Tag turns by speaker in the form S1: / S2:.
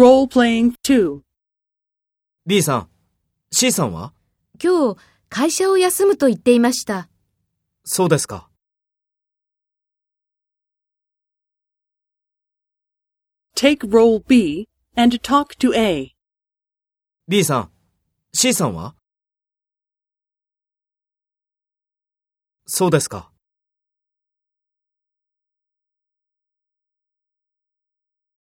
S1: Role-playing 2.
S2: B さん、C さんは
S3: 今日、会社を休むと言っていました。
S2: そうですか。
S1: Take role B and talk to A.
S2: B さん、C さんはそうですか。